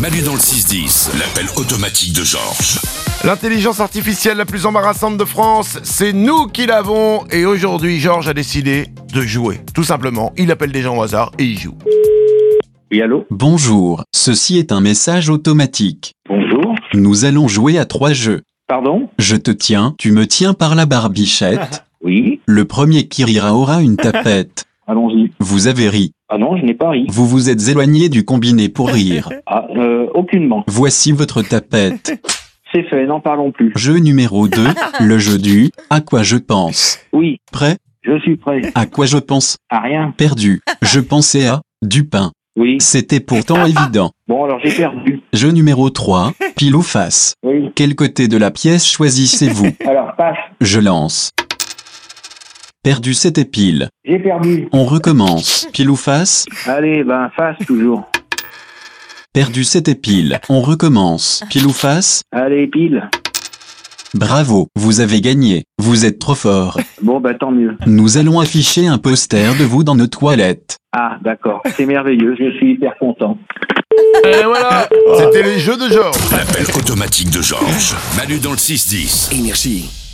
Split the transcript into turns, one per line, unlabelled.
Manu dans le 6-10, l'appel automatique de Georges.
L'intelligence artificielle la plus embarrassante de France, c'est nous qui l'avons. Et aujourd'hui, Georges a décidé de jouer. Tout simplement, il appelle des gens au hasard et il joue.
Oui, allô
Bonjour, ceci est un message automatique.
Bonjour.
Nous allons jouer à trois jeux.
Pardon
Je te tiens, tu me tiens par la barbichette.
Oui.
Le premier qui rira aura une tapette.
Allons-y.
Vous avez ri.
Ah non, je n'ai pas ri.
Vous vous êtes éloigné du combiné pour rire.
Ah, euh, aucunement.
Voici votre tapette.
C'est fait, n'en parlons plus.
Jeu numéro 2, le jeu du à quoi je pense.
Oui,
Prêt
je suis prêt.
À quoi je pense
À rien.
Perdu. Je pensais à du pain.
Oui.
C'était pourtant évident.
Bon, alors j'ai perdu.
Jeu numéro 3, pile ou face.
Oui.
Quel côté de la pièce choisissez-vous
Alors, passe.
Je lance. Perdu c'était pile.
J'ai perdu.
On recommence. Pile ou face
Allez, ben, face toujours.
Perdu c'était pile. On recommence. Pile ou face
Allez, pile.
Bravo, vous avez gagné. Vous êtes trop fort.
Bon, bah tant mieux.
Nous allons afficher un poster de vous dans nos toilettes.
Ah, d'accord. C'est merveilleux. Je suis hyper content.
Et voilà C'était les jeux de Georges.
L'appel automatique de Georges. Manu dans le 6-10.
Énergie.